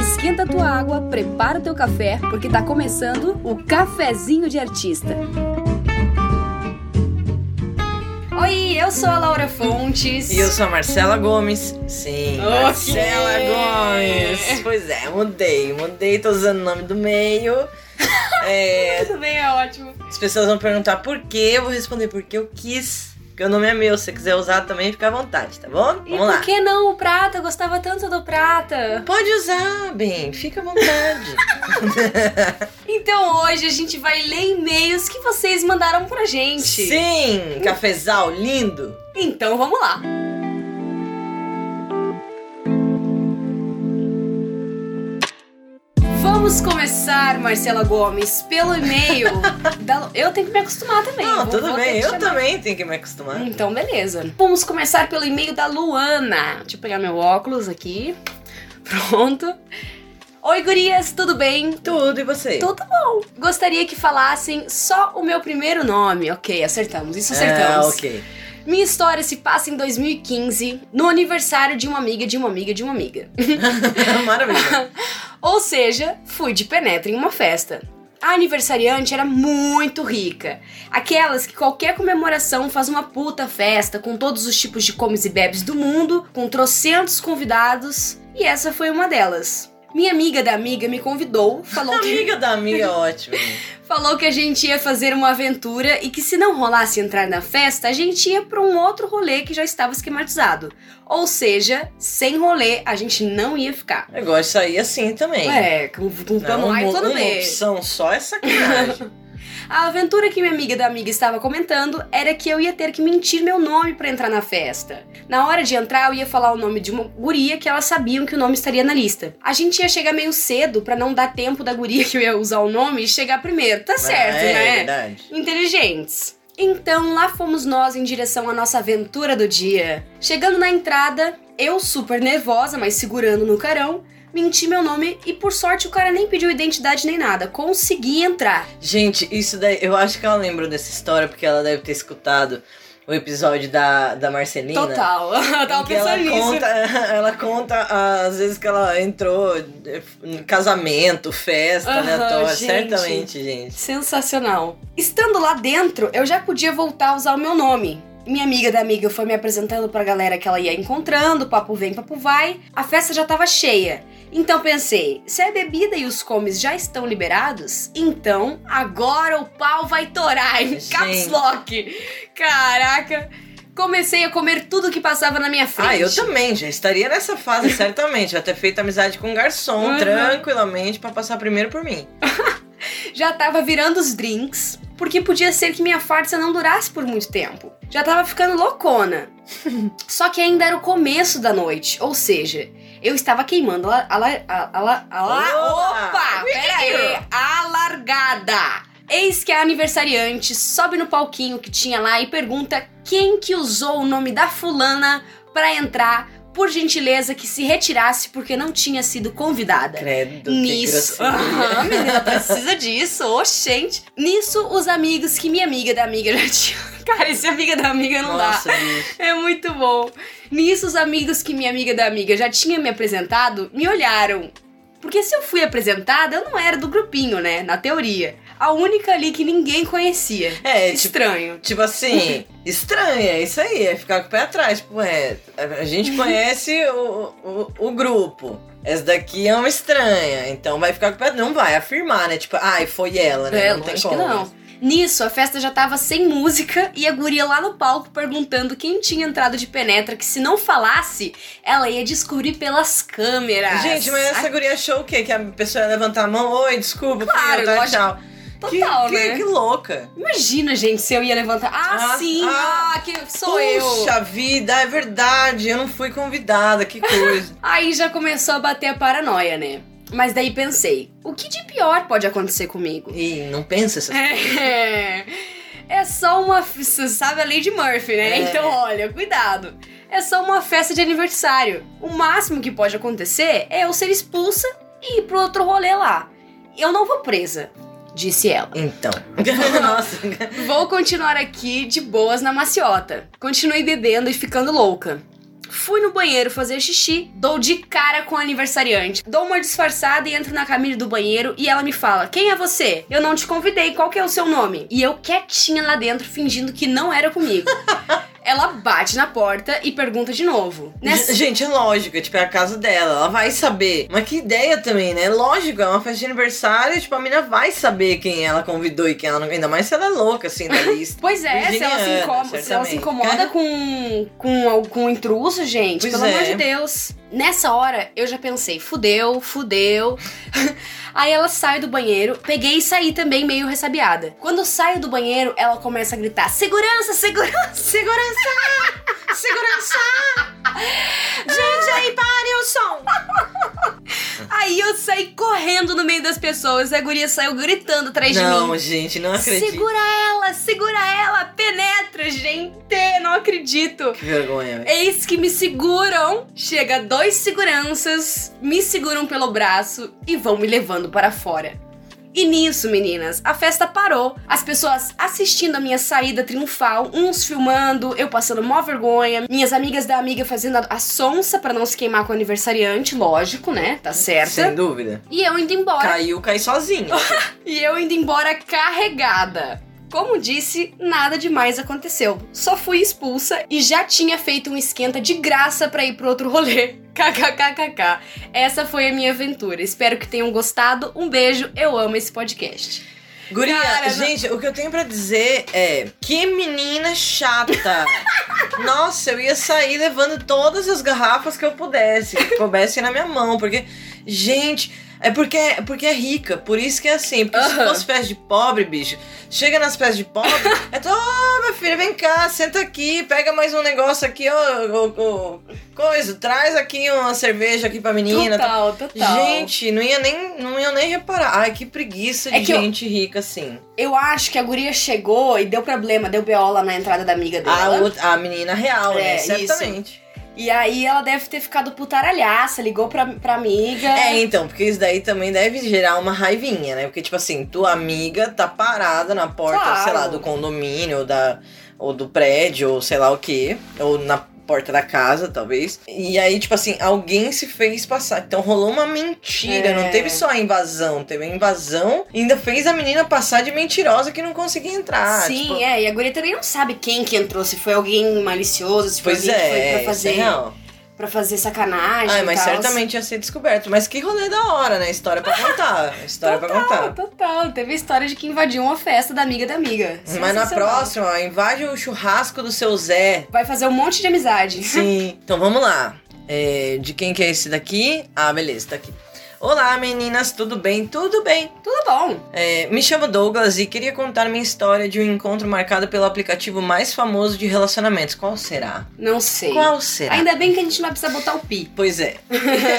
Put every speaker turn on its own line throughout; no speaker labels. esquenta a tua água, prepara o teu café, porque tá começando o Cafezinho de Artista. Oi, eu sou a Laura Fontes.
E eu sou a Marcela Gomes. Sim,
Ok.
Marcela Gomes. Pois é, mudei, mudei, tô usando o nome do meio. É,
Isso bem é ótimo.
as pessoas vão perguntar por quê, eu vou responder porque eu quis. Porque o nome é meu, se você quiser usar também, fica à vontade, tá bom?
E
Vamos lá.
por que não o prata? Eu gostava tanto do prata.
Pode usar, bem, fica à vontade.
Então hoje a gente vai ler e-mails que vocês mandaram pra gente.
Sim, cafezal lindo.
Então vamos lá. Vamos começar, Marcela Gomes, pelo e-mail. da- Eu tenho que me acostumar também.
Não,
vou-
tudo
vou ter
bem,
que
eu né?
chamar.
também tenho que me acostumar.
Então, beleza. Vamos começar pelo e-mail da Luana. Deixa eu pegar meu óculos aqui. Pronto. Oi, gurias, tudo bem?
Tudo, e você?
Tudo bom. Gostaria que falassem só o meu primeiro nome. Ok, acertamos. Isso acertamos.
Ah, ok.
Minha história se passa em 2015, no aniversário de uma amiga de uma amiga de uma amiga.
Maravilha.
Ou seja, fui de penetra em uma festa. A aniversariante era muito rica. Aquelas que qualquer comemoração faz uma puta festa com todos os tipos de comes e bebes do mundo, com trocentos convidados, e essa foi uma delas. Minha amiga da amiga me convidou, falou que,
Amiga da amiga é ótimo.
falou que a gente ia fazer uma aventura e que se não rolasse entrar na festa, a gente ia pra um outro rolê que já estava esquematizado. Ou seja, sem rolê a gente não ia ficar.
Eu gosto de sair assim também.
É, com, com
Então Não,
vamos
um
lá e
uma,
tudo
uma
bem.
opção só é sacanagem.
A aventura que minha amiga da amiga estava comentando era que eu ia ter que mentir meu nome pra entrar na festa. Na hora de entrar, eu ia falar o nome de uma guria que elas sabiam que o nome estaria na lista. A gente ia chegar meio cedo pra não dar tempo da guria que eu ia usar o nome chegar primeiro. Tá certo, né?
é, É verdade.
inteligentes. Então lá fomos nós em direção à nossa aventura do dia. Chegando na entrada, eu super nervosa, mas segurando no carão, menti meu nome e por sorte o cara nem pediu identidade nem nada. Consegui entrar.
Gente, isso daí, eu acho que ela lembrou dessa história porque ela deve ter escutado o episódio da, da Marcelina.
Total. Eu tava
em que ela
pensando nisso. né?
conta, ela conta as vezes que ela entrou eh, em casamento, festa, né?
Aham,
Tó,
gente.
certamente, gente.
Sensacional. Estando lá dentro, eu já podia voltar a usar o meu nome. Minha amiga da amiga foi me apresentando pra galera que ela ia encontrando, papo vem, papo vai. A festa já tava cheia. Então pensei, se a bebida e os comes já estão liberados, então agora o pau vai torar em caps
Gente.
lock. Caraca. Comecei a comer tudo que passava na minha frente.
Ah, eu também, já estaria nessa fase, certamente. Já ter feito amizade com um garçom,
Uhum.
tranquilamente, pra passar primeiro por mim.
já tava virando os drinks, porque podia ser que minha farsa não durasse por muito tempo. Já tava ficando loucona. Só que ainda era o começo da noite, ou seja, eu estava queimando a, a, la- a, a, la- a, la-
Opa!
opa, pera aí, a largada. Eis que a aniversariante sobe no palquinho que tinha lá e pergunta quem que usou o nome da fulana pra entrar, por gentileza que se retirasse porque não tinha sido convidada.
Credo,
Nisso.
que grosseria.
Aham, menina, precisa disso. Oxente. Nisso, os amigos que minha amiga da amiga já tinha. Cara, esse amiga da amiga não
Nossa,
dá.
bicho.
É muito bom. Nisso, os amigos que minha amiga da amiga já tinha me apresentado me olharam. Porque se eu fui apresentada, eu não era do grupinho, né? Na teoria. A única ali que ninguém conhecia.
É, tipo,
Estranho.
tipo assim, estranho, é isso aí, é ficar com o pé atrás. Tipo, é, a gente conhece o, o, o grupo. Essa daqui é uma estranha, então vai ficar com o pé Não vai afirmar, né? Tipo, ai, foi ela, né?
É,
não tem
lógico
como.
que não. Nisso, a festa já tava sem música e a guria lá no palco perguntando quem tinha entrado de penetra, que se não falasse, ela ia descobrir pelas câmeras.
Gente, mas essa guria achou o quê? Que a pessoa ia levantar a mão, oi, desculpa, fui
Claro,
eu, tá,
lógico.
tchau.
Ah, Total,
que, que-
né?
que louca.
Imagina, gente, se eu ia levantar. Ah,
Ah,
sim!
ah,
Ah, que sou eu!
Puxa vida, é verdade, eu não fui convidada, que coisa.
Aí já começou a bater a paranoia, né? Mas daí pensei, o que de pior pode acontecer comigo?
e não pensa essas
É. É só uma. Você sabe a lei de Murphy, né?
É.
Então, olha, cuidado. É só uma festa de aniversário. O máximo que pode acontecer é eu ser expulsa e ir pro outro rolê lá. Eu não vou presa, disse ela.
Então. Nossa.
Vou continuar aqui de boas na maciota. Continuei bebendo e ficando louca. Fui no banheiro fazer xixi, dou de cara com a aniversariante. Dou uma disfarçada e entro na cabine do banheiro e ela me fala: Quem é você? Eu não te convidei, qual que é o seu nome? E eu quietinha lá dentro, fingindo que não era comigo. Ela bate na porta e pergunta de novo. Nessa...
G- Gente, é lógico, tipo, é a casa dela, ela vai saber. Mas que ideia também, né? Lógico, é uma festa de aniversário, tipo, a mina vai saber quem ela convidou e quem ela não. Ainda mais se ela é louca, assim, da lista.
Pois é, se ela, se,
Virginiana,
incomoda, se ela se
certamente.
incomoda com, com, com o intruso, gente,
Pois
pelo amor
é.
de Deus. Nessa hora, eu já pensei, fudeu, fudeu. Aí ela sai do banheiro, peguei e saí também meio ressabiada. Quando eu saio do banheiro, ela começa a gritar, segurança, segurança, segurança, segurança. Gente, parem o som. Aí eu saí correndo no meio das pessoas, a guria saiu gritando atrás de mim.
Não, gente, não acredito.
Segura ela, segura ela, penetra, gente, não acredito.
Que vergonha, velho.
Eis que me seguram, chega dois seguranças, me seguram pelo braço e vão me levando para fora. E nisso, meninas, a festa parou. As pessoas assistindo a minha saída triunfal, uns filmando, eu passando mó vergonha, minhas amigas da amiga fazendo a- a sonsa pra não se queimar com o aniversariante, lógico, né? Tá certa.
Sem dúvida.
E eu indo embora.
Caiu, cai sozinho.
E eu indo embora carregada. Como disse, nada demais aconteceu. Só fui expulsa e já tinha feito um esquenta de graça pra ir pro outro rolê. KKKKK. Essa foi a minha aventura. Espero que tenham gostado. Um beijo. Eu amo esse podcast.
Guria,
Cara, não-
gente, o que eu tenho pra dizer é que menina chata. Nossa, eu ia sair levando todas as garrafas que eu pudesse, que coubessem na minha mão, porque gente, é porque porque é rica, por isso que é assim. Porque se
Aham.
fosse festa de pobre, bicho, chega nas festas de pobre, é tô, "Ô, minha filha, vem cá, senta aqui, pega mais um negócio aqui, ó, ô, ô, coisa, traz aqui uma cerveja aqui pra menina,
total, total.
Gente, não ia nem, não ia nem reparar. Ai, que preguiça de
É que eu-
gente rica assim.
eu acho que a guria chegou e deu problema, deu BO lá na entrada da amiga
A,
dela.
outra- a menina real,
É,
né?
isso.
Certamente.
E aí ela deve ter ficado putaralhaça, ligou pra, pra amiga.
É, então, porque isso daí também deve gerar uma raivinha, né? Porque, tipo assim, tua amiga tá parada na porta,
Claro.
sei lá, do condomínio, ou, da, ou do prédio, ou sei lá o quê. Ou na porta da casa, talvez. E aí, tipo assim, alguém se fez passar. Então rolou uma mentira.
É.
Não teve só a invasão, teve a invasão e ainda fez a menina passar de mentirosa que não conseguia entrar.
Sim,
tipo,
é, e a guria também não sabe quem que entrou, se foi alguém malicioso, se Tipo, foi
Pois
alguém que foi
é,
pra fazer,
não.
pra fazer sacanagem.
Ai,
e
mas
tals.
certamente ia ser descoberto. Mas que rolê da hora, né? História pra contar. História pra
Total,
contar.
total. Teve a história de que invadiu uma festa da amiga da amiga.
Mas na
Sensacional.
próxima, ó, invade o churrasco do seu Zé.
Vai fazer um monte de amizade.
Sim. então vamos lá. É, de quem que é esse daqui? Ah, beleza, tá aqui. Olá, meninas, tudo bem? Tudo bem.
Tudo bom.
É, me chamo Douglas e queria contar minha história de um encontro marcado pelo aplicativo mais famoso de relacionamentos. Qual será?
Não sei.
Qual é? será?
Ainda bem que a gente não precisa botar o pi.
Pois é.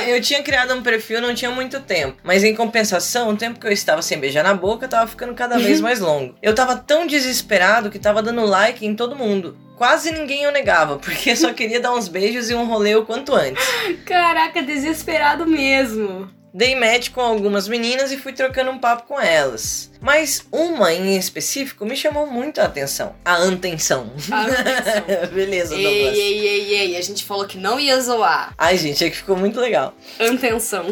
eu tinha criado um perfil não tinha muito tempo. Mas em compensação, o tempo que eu estava sem beijar na boca tava ficando cada vez mais longo. Eu tava tão desesperado que tava dando like em todo mundo. Quase ninguém eu negava, porque só queria dar uns beijos e um rolê o quanto antes.
Caraca, desesperado mesmo.
Dei match com algumas meninas e fui trocando um papo com elas. Mas uma em específico me chamou muito a atenção. A antenção.
A
Beleza,
ei,
Douglas.
ei, ei, ei. A gente falou que não ia zoar.
Ai, gente, é que ficou muito legal.
Antenção.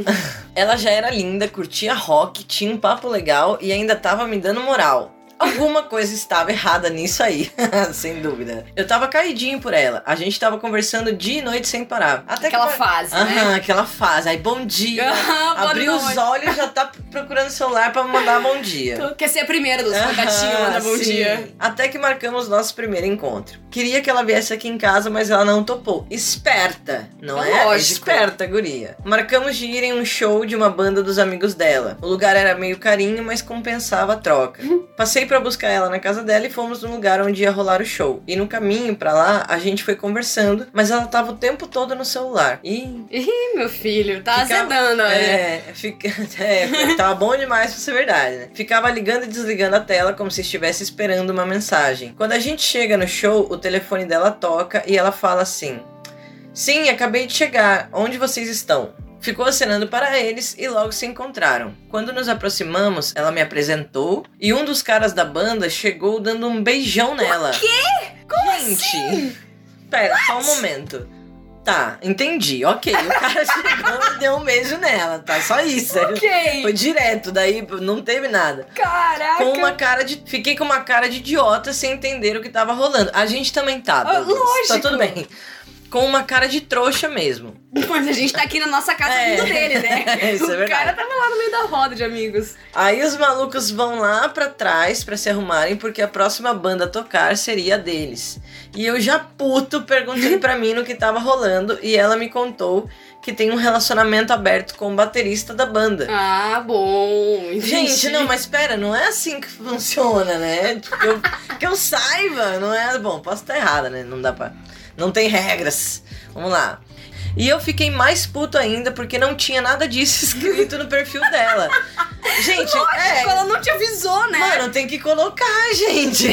Ela já era linda, curtia rock, tinha um papo legal e ainda tava me dando moral. Alguma coisa estava errada nisso aí, sem dúvida. Eu tava caidinho por ela. A gente tava conversando dia e noite sem parar. Até
Aquela
que...
fase,
Aham,
né?
aquela fase. Aí, bom dia.
Aham, boa
Abriu os
noite.
olhos e já tá procurando o celular pra mandar bom dia.
Quer ser a primeira do seu gatinho,
Aham,
manda bom
sim.
dia.
Até que marcamos nosso primeiro encontro. Queria que ela viesse aqui em casa, mas ela não topou. Esperta, não é?
Lógico.
Esperta, guria. Marcamos de ir em um show de uma banda dos amigos dela. O lugar era meio carinho, mas compensava a troca. Passei pra buscar ela na casa dela e fomos no lugar onde ia rolar o show. E no caminho pra lá, a gente foi conversando, mas ela tava o tempo todo no celular. Ih,
Ih, meu filho, tá
Fica-
azedando, olha.
é, fica, é, tava bom demais pra ser verdade, né? Ficava ligando e desligando a tela como se estivesse esperando uma mensagem. Quando a gente chega no show, o telefone dela toca e ela fala assim: Sim, acabei de chegar. Onde vocês estão? Ficou acenando para eles e logo se encontraram. Quando nos aproximamos, ela me apresentou e um dos caras da banda chegou dando
assim?
um beijão nela. O quê? Como gente, Pera, só um momento. Tá, entendi. Ok. O cara chegou e deu um beijo nela, tá? Só isso. sério.
Ok!
Foi direto, daí não teve nada.
Caraca!
Com uma cara de. Fiquei com uma cara de idiota sem entender o que tava rolando. A gente também tá.
Ah,
Douglas. Tá
lógico.
tudo bem. Com uma cara de trouxa mesmo.
Mas a gente tá aqui na nossa casa
É.
rindo dele, né?
Isso é
o cara
verdade.
tava lá no meio da roda de amigos.
Aí os malucos vão lá pra trás pra se arrumarem, porque a próxima banda a tocar seria a deles. E eu já puto perguntei pra mim no que tava rolando, e ela me contou que tem um relacionamento aberto com o baterista da banda.
Ah, bom. entendi.
Gente, não, mas pera, não é assim que funciona, né? Que eu, que eu saiba, não é. Bom, posso estar errada, né? Não dá pra. Não tem regras. Vamos lá. E eu fiquei mais puto ainda porque não tinha nada disso escrito no perfil dela. Gente, é,
Ela não te avisou, né?
Mano, tem que colocar, gente.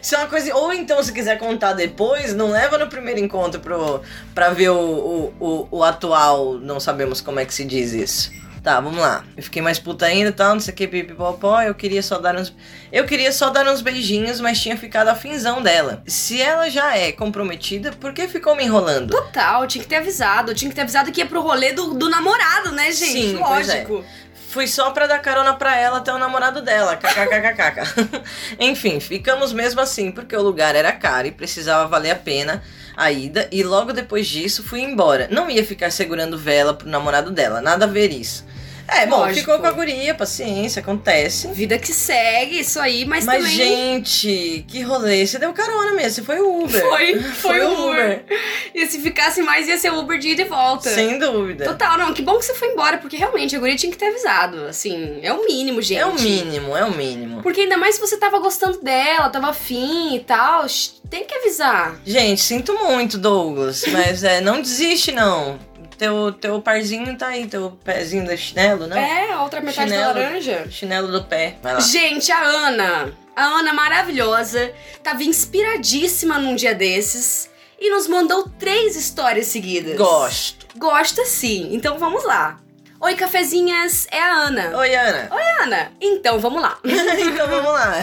Isso é uma coisa. Ou então, se quiser contar depois, não leva no primeiro encontro pro, pra ver o, o, o, o atual. Não sabemos como é que se diz isso. Tá, vamos lá. Eu fiquei mais puta ainda e tal, não sei o que, pipipopó. Eu queria só dar uns. Eu queria só dar uns beijinhos, mas tinha ficado a finzão dela. Se ela já é comprometida, por que ficou me enrolando?
Total, tinha que ter avisado. Tinha que ter avisado que ia pro rolê do, do namorado, né, gente?
Sim, pois é.
Lógico.
Fui só pra dar carona pra ela até o namorado dela. KKKKK. Enfim, ficamos mesmo assim, porque o lugar era caro e precisava valer a pena a ida. E logo depois disso fui embora. Não ia ficar segurando vela pro namorado dela, nada a ver isso. É, bom,
Lógico.
ficou com a guria, paciência, acontece.
Vida que segue, isso aí, mas,
Mas,
também.
gente, que rolê. Você deu carona mesmo, você foi o Uber.
Foi, foi o Uber. E se ficasse mais, ia ser Uber de ida e volta.
Sem dúvida.
Total, não, que bom que você foi embora, porque realmente a guria tinha que ter avisado. Assim, é o mínimo, gente.
É o mínimo, é o mínimo.
Porque ainda mais se você tava gostando dela, tava afim e tal, sh- tem que avisar.
Gente, sinto muito, Douglas, mas é, não desiste, não. Teu, teu parzinho tá aí, teu pezinho do chinelo, não?
É, a outra metade
Chinelo. Tá.
da laranja.
Chinelo do pé, vai lá.
Gente, a Ana, a Ana maravilhosa, tava inspiradíssima num dia desses e nos mandou três histórias seguidas.
Gosto.
Gosta sim, então vamos lá. Oi, cafezinhas, é a Ana.
Oi, Ana.
Ana, então vamos lá.
então vamos lá.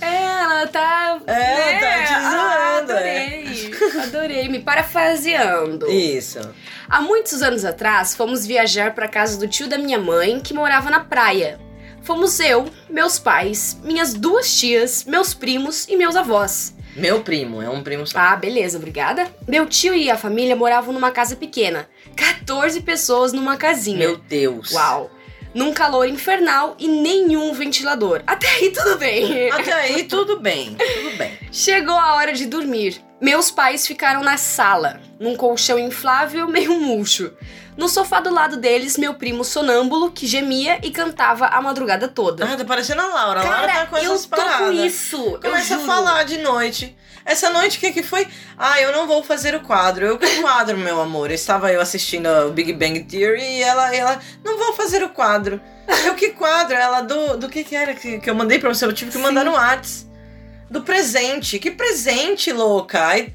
Ela tá.
É, tá te
ah,
zoando,
Adorei, adorei, me parafraseando.
é. Isso.
Há muitos anos atrás, fomos viajar para casa do tio da minha mãe, que morava na praia. Fomos eu, meus pais, minhas duas tias, meus primos e meus avós.
Meu primo, é um primo só.
Ah, beleza, obrigada. Meu tio e a família moravam numa casa pequena. 14 pessoas numa casinha.
Meu Deus.
Uau. Num calor infernal e nenhum ventilador. Até aí tudo bem.
Até aí, tudo bem, tudo bem.
Chegou a hora de dormir. Meus pais ficaram na sala, num colchão inflável meio murcho. No sofá do lado deles, meu primo sonâmbulo, que gemia e cantava a madrugada toda.
Ah, tá parecendo a Laura. a Laura
Cara,
tá com
eu
essas
tô
paradas.
com isso.
Começa
eu
a
juro.
falar de noite. Essa noite o que, que foi? Ah, eu não vou fazer o quadro. Eu que quadro, meu amor. Estava eu assistindo o Big Bang Theory e ela, ela não vou fazer o quadro. Eu que quadro? Ela do, do que que era que, que eu mandei pra você? Eu tive que mandar no Whats. Do presente. Que presente, louca. Aí,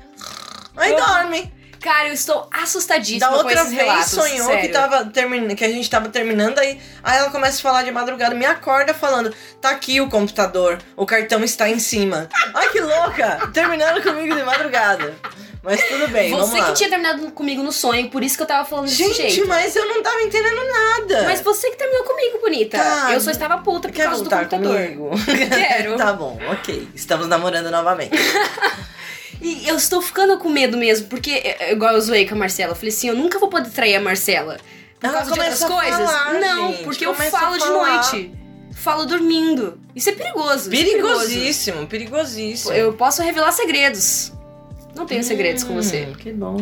aí
Eu-
dorme.
Cara, eu estou assustadíssima
Da
com
outra
esses
vez
relatos,
sonhou que,
sério.
tava termin... que a gente tava terminando, aí... aí ela começa a falar de madrugada, me acorda falando: tá aqui o computador, o cartão está em cima. Ai que louca! Terminaram comigo de madrugada. Mas tudo bem,
Você
vamos lá.
que tinha terminado comigo no sonho, por isso que eu tava falando desse
Gente,
jeito.
mas eu não tava entendendo nada.
Mas você que terminou comigo, bonita.
Tá.
Eu só estava puta por
Quer
causa do
voltar
computador.
comigo?
Quero.
tá bom, ok. Estamos namorando novamente.
E eu estou ficando com medo mesmo, porque, é, é, igual eu zoei com a Marcela, eu falei assim, eu nunca vou poder trair a Marcela. Por
Ela
causa de outras
começa a
coisas?
falar,
não,
gente,
porque eu
começa a
falo de
falar.
noite. Falo dormindo. Isso é perigoso. isso é perigoso.
Perigosíssimo, perigosíssimo.
Eu posso revelar segredos. Não tenho segredos com você.
Hum, Que bom.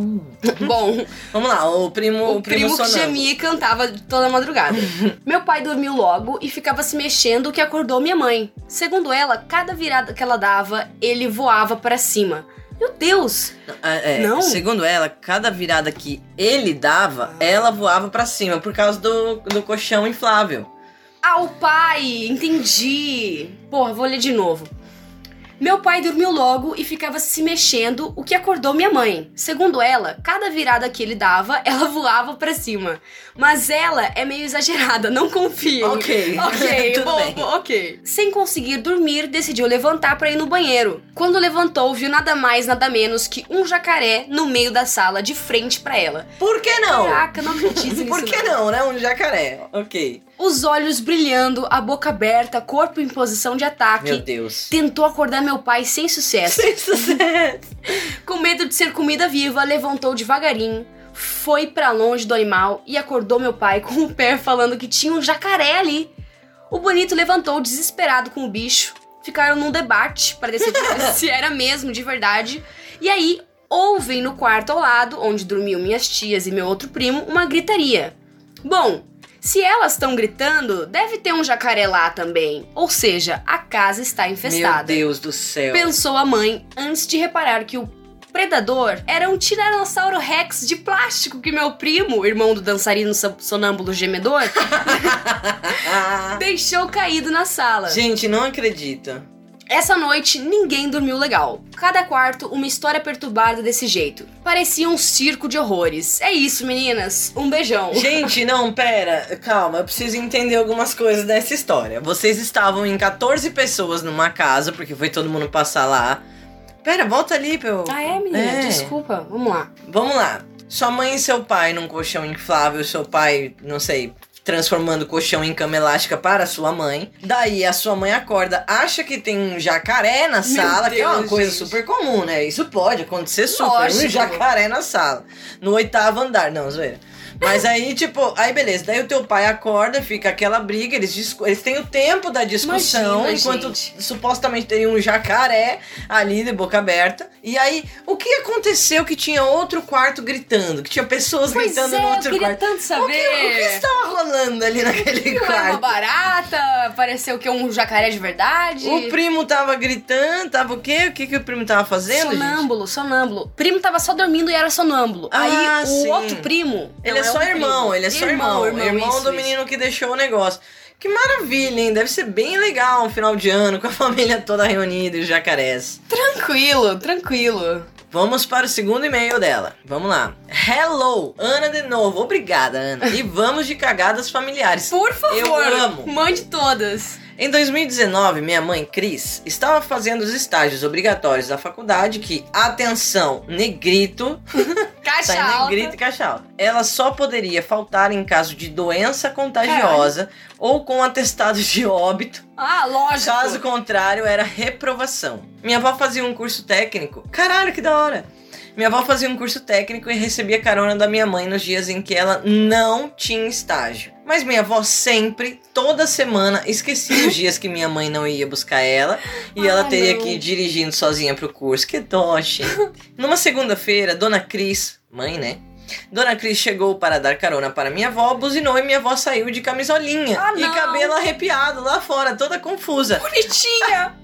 Bom,
Vamos lá, Hum. o primo.
o, primo, que
sonâmbulo.
gemia e cantava toda madrugada. Meu pai dormiu logo e ficava se mexendo, o que acordou minha mãe. Segundo ela, cada virada que ela dava, ele voava pra cima. Meu Deus!
Ah, é,
Não? Ah.
Segundo ela, cada virada que ele dava, ela voava pra cima por causa do, do colchão inflável.
Ah, o pai! Entendi! Porra, vou ler de novo. Meu pai dormiu logo e ficava se mexendo, o que acordou minha mãe. Segundo ela, cada virada que ele dava, ela voava pra cima. Mas ela é meio exagerada, não confia.
Ok.
Ok,
Tudo
bom,
bem.
bom, ok. Sem conseguir dormir, decidiu levantar pra ir no banheiro. Quando levantou, viu nada mais, nada menos que um jacaré no meio da sala, de frente pra ela.
Por que não?
Caraca, não acredito nisso.
Por que
não?
não, né? Um jacaré. Ok.
Os olhos brilhando, a boca aberta, corpo em posição de ataque.
Meu Deus.
Tentou acordar meu pai sem sucesso.
Sem sucesso.
Com medo de ser comida viva, levantou devagarinho, foi pra longe do animal e acordou meu pai com o pé falando que tinha um jacaré ali. O bonito levantou desesperado com o bicho. Ficaram num debate para decidir se era mesmo de verdade. E aí ouvem no quarto ao lado, onde dormiam minhas tias e meu outro primo, uma gritaria. Bom, se elas estão gritando, deve ter um jacaré lá também. Ou seja, a casa está
Meu
infestada
Deus do céu.
pensou a mãe antes de reparar que o predador era um tiranossauro rex de plástico que meu primo, irmão do dançarino sam- sonâmbulo gemedor, deixou caído na sala.
Gente, não acredito.
Essa noite ninguém dormiu legal. Cada quarto uma história perturbada desse jeito. Parecia um circo de horrores. É isso, meninas. Um beijão.
Gente, não, pera, calma, eu preciso entender algumas coisas dessa história. Vocês estavam em 14 pessoas numa casa, porque foi todo mundo passar lá. Pera, volta ali, meu.
Ah, é, menina?
É.
Desculpa. Vamos lá.
Vamos lá. Sua mãe e seu pai num colchão inflável, seu pai, não sei, transformando o colchão em cama elástica para sua mãe. Daí a sua mãe acorda, acha que tem um jacaré na sala, que é uma
Deus,
coisa
gente.
super comum, né? Isso pode acontecer super.
Lógico.
Um jacaré na sala. No oitavo andar, não, zoeira. Mas aí, tipo, aí beleza. Daí o teu pai acorda, fica aquela briga, eles, discu- eles têm o tempo da discussão,
Imagina,
enquanto
gente.
supostamente teria um jacaré ali de boca aberta. E aí, o que aconteceu que tinha outro quarto gritando? Que tinha pessoas
Pois
gritando
é,
no
eu
outro
queria
quarto.
tanto
O
saber.
que, o que estava rolando ali naquele
Não era uma
quarto?
barata? Pareceu que é um jacaré de verdade?
O primo tava gritando, tava o quê? O que, que o primo tava fazendo, gente?
Sonâmbulo, sonâmbulo. Primo tava só dormindo e era sonâmbulo.
Ah,
Aí o
sim.
outro primo.
Ele é
não,
só
outro
irmão,
primo.
ele é só irmão. Irmão,
isso,
do
isso.
menino que deixou o negócio. Que maravilha, hein? Deve ser bem legal um final de ano com a família toda reunida e os jacarés.
Tranquilo, tranquilo.
Vamos para o segundo e-mail dela. Vamos lá. Hello, Ana de novo. Obrigada, Ana. E vamos de cagadas familiares.
Por favor,
Eu amo.
mande todas.
Em 2019, minha mãe Cris estava fazendo os estágios obrigatórios da faculdade que, atenção, negrito,
Caixa
tá em
alta.
negrito e caixa alta. Ela só poderia faltar em caso de doença contagiosa ou com atestado de óbito
Ah, lógico.
Caso contrário, era reprovação. Minha avó fazia um curso técnico. Caralho, que da hora! Minha avó fazia um curso técnico e recebia carona da minha mãe nos dias em que ela não tinha estágio. Mas minha avó sempre, toda semana, esquecia os dias que minha mãe não ia buscar ela e
Ah,
ela teria
não.
que ir dirigindo sozinha pro curso. Que toche! Numa segunda-feira, Dona Cris, mãe, né? Dona Cris chegou para dar carona para minha avó, buzinou e minha avó saiu de camisolinha
Ah,
e
não.
cabelo arrepiado lá fora, toda confusa.
Bonitinha.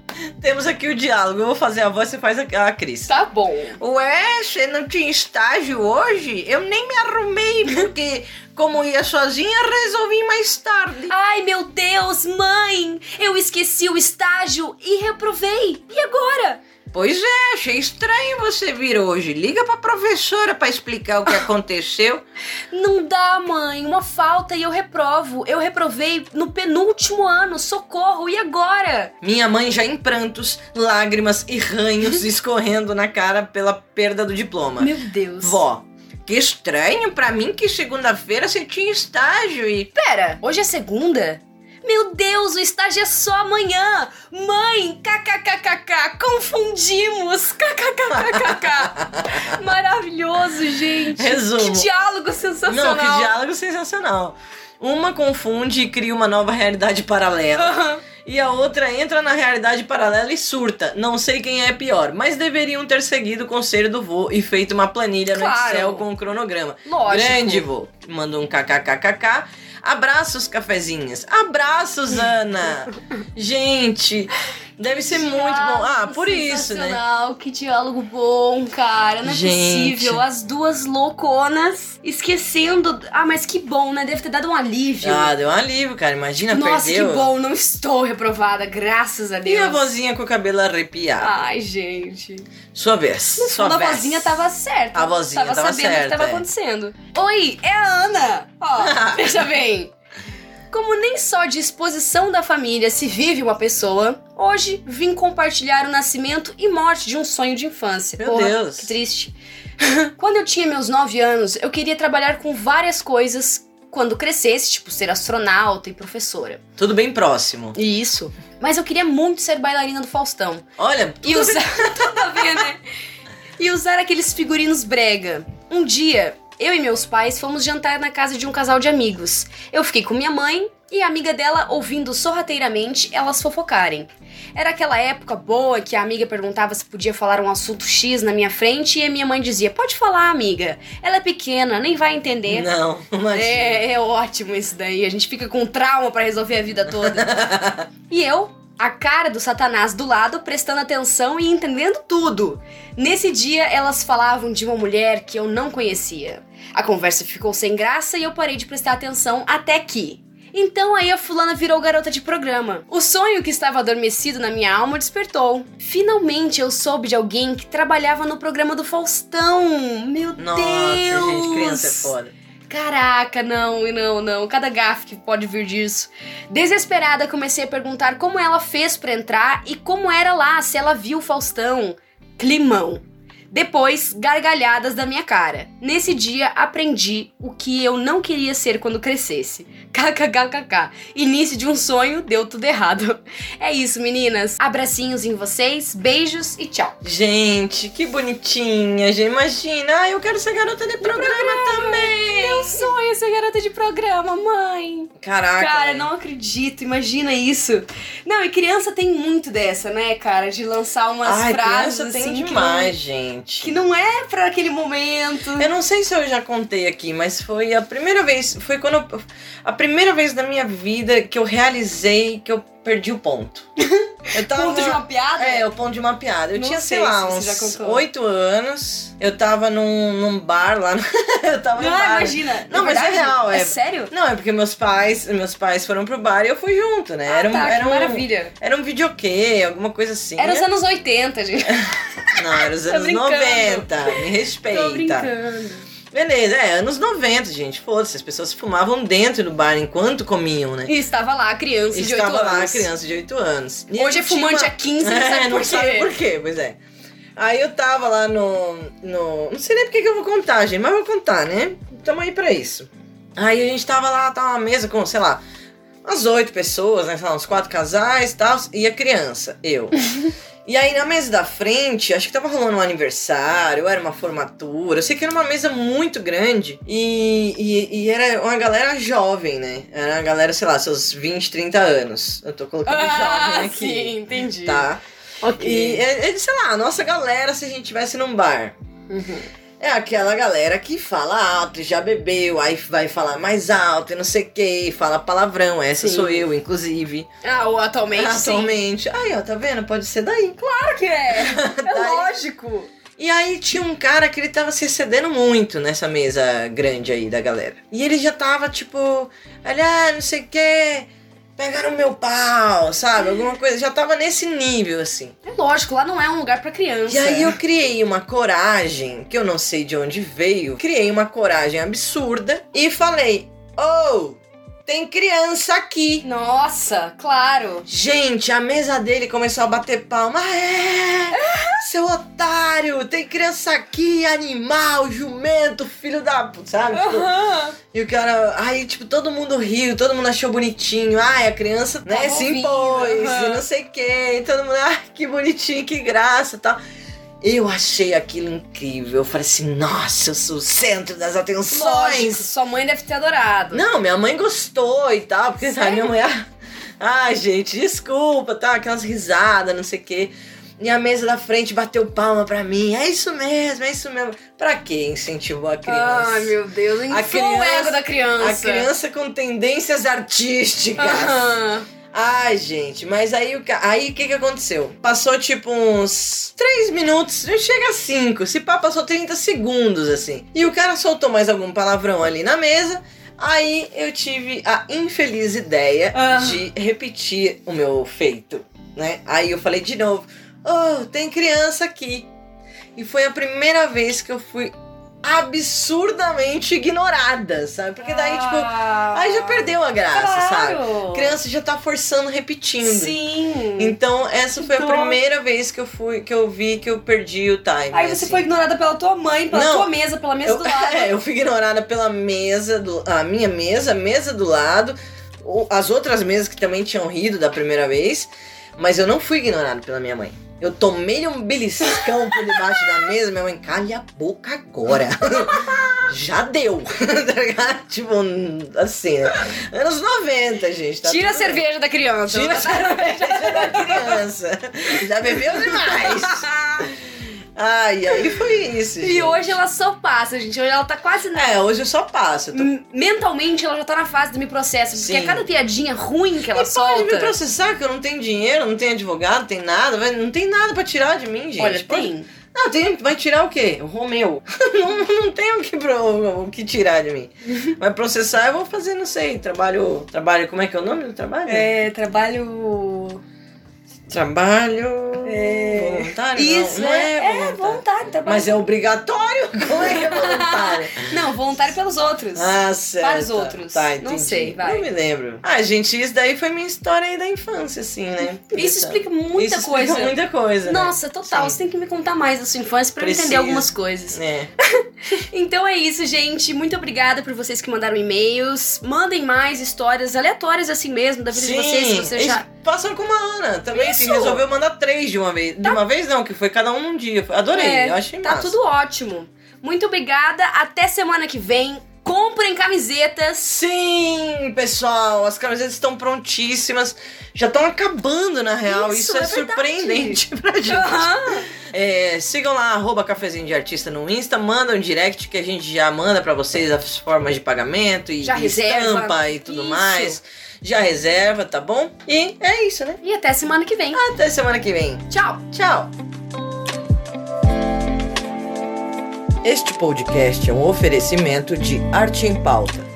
Temos aqui o diálogo. Eu vou fazer a voz, você faz a, a Cris.
tá bom.
Ué, você não tinha estágio hoje? Eu nem me arrumei, porque como ia sozinha, resolvi mais tarde.
Ai, meu Deus, mãe. Eu esqueci o estágio e reprovei. E agora?
Pois é, achei estranho você vir hoje. Liga pra professora pra explicar o que aconteceu.
Não dá, mãe. Uma falta e eu reprovo. Eu reprovei no penúltimo ano. Socorro. E agora?
Minha mãe já em prantos, lágrimas e ranhos escorrendo na cara pela perda do diploma.
Meu Deus.
Vó, que estranho pra mim que segunda-feira você tinha estágio e
Pera, hoje é segunda? Meu Deus, o estágio é só amanhã! Mãe, kkkk, confundimos! kkkk. Maravilhoso, gente!
Resumo.
Que diálogo
Não,
sensacional!
que diálogo sensacional. Uma confunde e cria uma nova realidade paralela.
Aham.
E a outra entra na realidade paralela e surta. Não sei quem é pior, mas deveriam ter seguido o conselho do vô e feito uma planilha no
Claro.
Excel com o cronograma.
Lógico.
Grande vô. Mandou um kkkk. Abraços, cafezinhas. Abraços, Ana. Gente, Deve ser muito bom. Ah, por isso, né?
Sensacional, Que diálogo bom, cara. Não é
Gente.
possível. As duas louconas esquecendo. Ah, mas que bom, né? Deve ter dado um alívio.
Ah, deu um alívio, cara. Imagina,
Nossa,
perdeu.
que bom. Não estou reprovada, graças a
E
Deus.
a vozinha com o cabelo arrepiado.
Ai, gente.
Sua vez.
No
sua
fundo, a
vez.
vozinha tava certa.
A vozinha
tava,
tava
sabendo o que
certa,
tava
é.
acontecendo. Oi, é a Ana. Ó, veja bem. Como nem só de exposição da família se vive uma pessoa, hoje vim compartilhar o nascimento e morte de um sonho de infância.
Meu
Porra,
Deus.
Que triste. quando eu tinha meus 9 anos, eu queria trabalhar com várias coisas quando crescesse, tipo ser astronauta e professora.
Tudo bem próximo.
E isso. Mas eu queria muito ser bailarina do Faustão.
Olha,
E
tudo
usar. Tudo a ver, né? E usar aqueles figurinos brega. Um dia, eu e meus pais fomos jantar na casa de um casal de amigos. Eu fiquei com minha mãe e a amiga dela ouvindo sorrateiramente elas fofocarem. Era aquela época boa que a amiga perguntava se podia falar um assunto X na minha frente e a minha mãe dizia: Pode falar, amiga. Ela é pequena, nem vai entender.
Não, imagina.
É, é ótimo isso daí. A gente fica com trauma pra resolver a vida toda. e eu, a cara do Satanás do lado, prestando atenção e entendendo tudo. Nesse dia, elas falavam de uma mulher que eu não conhecia. A conversa ficou sem graça e eu parei de prestar atenção até que. Então aí a fulana virou garota de programa. O sonho que estava adormecido na minha alma despertou. Finalmente eu soube de alguém que trabalhava no programa do Faustão. Meu
Nossa,
Deus!
gente, criança é foda.
Caraca, não, e não, não. Cada gafe que pode vir disso. Desesperada, comecei a perguntar como ela fez pra entrar e como era lá, se ela viu o Faustão. Climão. Depois, gargalhadas da minha cara. Nesse dia, aprendi o que eu não queria ser quando crescesse. KKKKK. Início de um sonho, deu tudo errado. É isso, meninas. Abracinhos em vocês, beijos e tchau.
Gente, que bonitinha. Já imagina. Ah, eu quero ser garota de programa, também.
Meu sonho é ser garota de programa, mãe.
Caraca.
tá- Cara,
velho.
não acredito, imagina isso. Não, e criança tem muito dessa, né, cara? De lançar umas
Ai,
frases
criança tem
assim
demais,
Que,
gente.
não, que não é pra aquele momento.
Eu não sei se eu já contei aqui, mas foi a primeira vez, foi quando eu- a primeira vez da minha vida que eu realizei que eu perdi o ponto. Eu tava
Ponto um de uma piada?
É, o ponto de uma piada. Eu
Não
tinha, sei
sei
lá,
se
uns
você já contou.
oito anos. Eu tava num, num bar lá. no- eu tava
Não,
num bar.
imagina.
Não,
Na
mas é
verdade,
real, é-
sério?
Não, é porque meus pais, meus pais foram pro bar e eu fui junto, né?
Ah,
era um,
tá,
era
que
um,
maravilha.
era um videokê, alguma coisa assim.
Era os anos 80, gente.
Não, era os
Tô
anos
brincando.
90. Me respeita.
Tô brincando.
Beleza, é, anos 90, gente. Foda-se, as pessoas fumavam dentro do bar enquanto comiam, né?
E estava lá a criança de 8
Estava lá a
anos.
criança de 8 anos. E
Hoje
eu
é fumante
tinha
há 15, não
É,
sabe
não
por
sabe
quê.
por quê, pois é. Aí eu tava lá no. no não sei nem porque que eu vou contar, gente, mas eu vou contar, né? Tamo aí pra isso. Aí a gente tava lá, tava uma mesa com, sei lá, umas oito pessoas, né? Sei lá, uns quatro casais e tal, e a criança, eu. E aí na mesa da frente, acho que tava rolando um aniversário, era uma formatura, eu sei que era uma mesa muito grande e, e, e era uma galera jovem, né? Era uma galera, sei lá, seus 20, 30 anos. Eu tô colocando
Ah,
jovem aqui.
sim, entendi.
Tá. E,
Ok.
é, é, sei lá, a nossa galera, se a gente tivesse num bar.
Uhum.
É aquela galera que fala alto, já bebeu, aí vai falar mais alto e não sei o que, fala palavrão. Essa
Sim.
sou eu, inclusive.
Ah, ou atualmente, sim.
Atualmente. Aí, ó, tá vendo? Pode ser daí.
Claro que é. É
Daí-
lógico.
E aí tinha um cara que ele tava se excedendo muito nessa mesa grande aí da galera. E ele já tava tipo, olha, não sei o que, pegaram meu pau, sabe? Alguma coisa. Já tava nesse nível assim.
É lógico, lá não é um lugar pra criança.
E aí eu criei uma coragem, que eu não sei de onde veio, criei uma coragem absurda e falei: Oh, tem criança aqui.
Nossa, claro.
Gente, a mesa dele começou a bater palma. "Ah, É, seu otário, tem criança aqui, animal, jumento, filho da puta, sabe? Tipo,
Aham.
E o cara, aí, tipo, todo mundo riu, todo mundo achou bonitinho. Ai, a criança, né,
Tava
se
ouvindo,
impôs,
Tá aham.
e não sei o quê. E todo mundo, ai, que bonitinho, que graça e tal. Eu achei aquilo incrível. Eu falei assim, nossa, eu sou o centro das
Lógico,
atenções.
sua mãe deve ter adorado.
Não, minha mãe gostou e tal, porque sabe, minha
Sério?
mãe. ah, Ai, gente, desculpa, tá? Aquelas risadas, não sei o quê. E a mesa da frente bateu palma pra mim. É isso mesmo, é isso mesmo. Pra que incentivou a criança?
Ai, meu Deus, inflou o
criança-
ego da
A
criança.
criança com tendências artísticas.
Aham.
Ai, gente, mas aí o que, aí, o que, que aconteceu? Passou tipo uns 3 minutos, não chega a 5, se pá, passou 30 segundos assim. E o cara soltou mais algum palavrão ali na mesa. Aí eu tive a infeliz ideia
Ah.
de repetir o meu feito, né? Aí eu falei de novo: Oh, tem criança aqui. E foi a primeira vez que eu fui absurdamente ignorada, sabe? Porque daí, tipo, aí já perdeu a graça, sabe?
Ah. Claro.
criança já tá forçando repetindo.
Sim.
Então, essa foi
Então-
a primeira vez que eu fui que eu vi que eu perdi o time.
Aí você
assim.
foi ignorada pela tua mãe, pela
Não.
tua mesa, pela mesa
eu,
do lado.
É, eu fui ignorada pela mesa do a minha mesa, a mesa do lado, o- as outras mesas que também tinham rido da primeira vez, mas eu não fui ignorada pela minha mãe. Eu tomei um beliscão por debaixo da mesa, minha mãe, calha a boca agora. Já deu. tá ligado? tipo, assim, né? anos 90, gente. tá
Tira a
tudo bem.
cerveja da criança.
Tira a cerveja da criança. Já bebeu demais. Ai, aí foi isso.
E
gente.
hoje ela só passa, gente. Hoje ela tá quase na.
É, hoje eu só passo. Eu tô...
M- Mentalmente ela já tá na fase do me processo. Porque
tá- Sim.
a cada piadinha ruim que ela
E pode me
solta.
processar que eu não tenho dinheiro, não tenho advogado, não tem nada. vai- Não tem nada pra tirar de mim, gente.
Olha,
Pode-
tem.
Não, tem, vai tirar o quê? O Romeu. não, não tem o que, pro- o que tirar de mim. Vai processar, eu vou fazer, não sei, trabalho... Trabalho, como é que é o nome do trabalho?
É, trabalho.
Trabalho...
É.
Voluntário?
Isso,
não, não é,
é,
voluntário.
voluntário, trabalho.
Mas é obrigatório? Como é que é voluntário?
Não, voluntário pelos outros.
Ah, certo.
Para os outros.
Tá,
Não
entendi.
sei, vai.
Não me lembro. Ah, gente, isso daí foi minha história aí da infância, assim, né?
Isso explica muita
Isso
coisa.
Explica muita coisa. né?
Nossa, total.
Sim.
Você tem que me contar mais da sua infância pra eu entender
Preciso.
algumas coisas.
É.
Então é isso, gente. Muito obrigada por vocês que mandaram e-mails. Mandem mais histórias aleatórias assim mesmo da vida de vocês, se você já.
eles passam com uma Ana também, que
Isso. Tá
resolveu mandar três de uma vez. De uma vez não, que foi cada um num dia. Adorei,
É,
eu achei
Tá
massa.
tudo ótimo. Muito obrigada. Até semana que vem. Comprem camisetas.
Sim, pessoal, as camisetas estão prontíssimas. Já estão acabando, na real.
Isso, é
Isso, é,
verdade.
surpreendente pra gente.
Aham.
É, sigam lá, arroba cafezinho de artista no Insta, manda um direct que a gente já manda pra vocês as formas de pagamento e
Já
e
reserva.
estampa e tudo
Isso.
mais. Já reserva, tá bom? E é isso, né?
E até semana que vem.
Até semana que vem.
Tchau.
Tchau! Este podcast é um oferecimento de Arte em Pauta,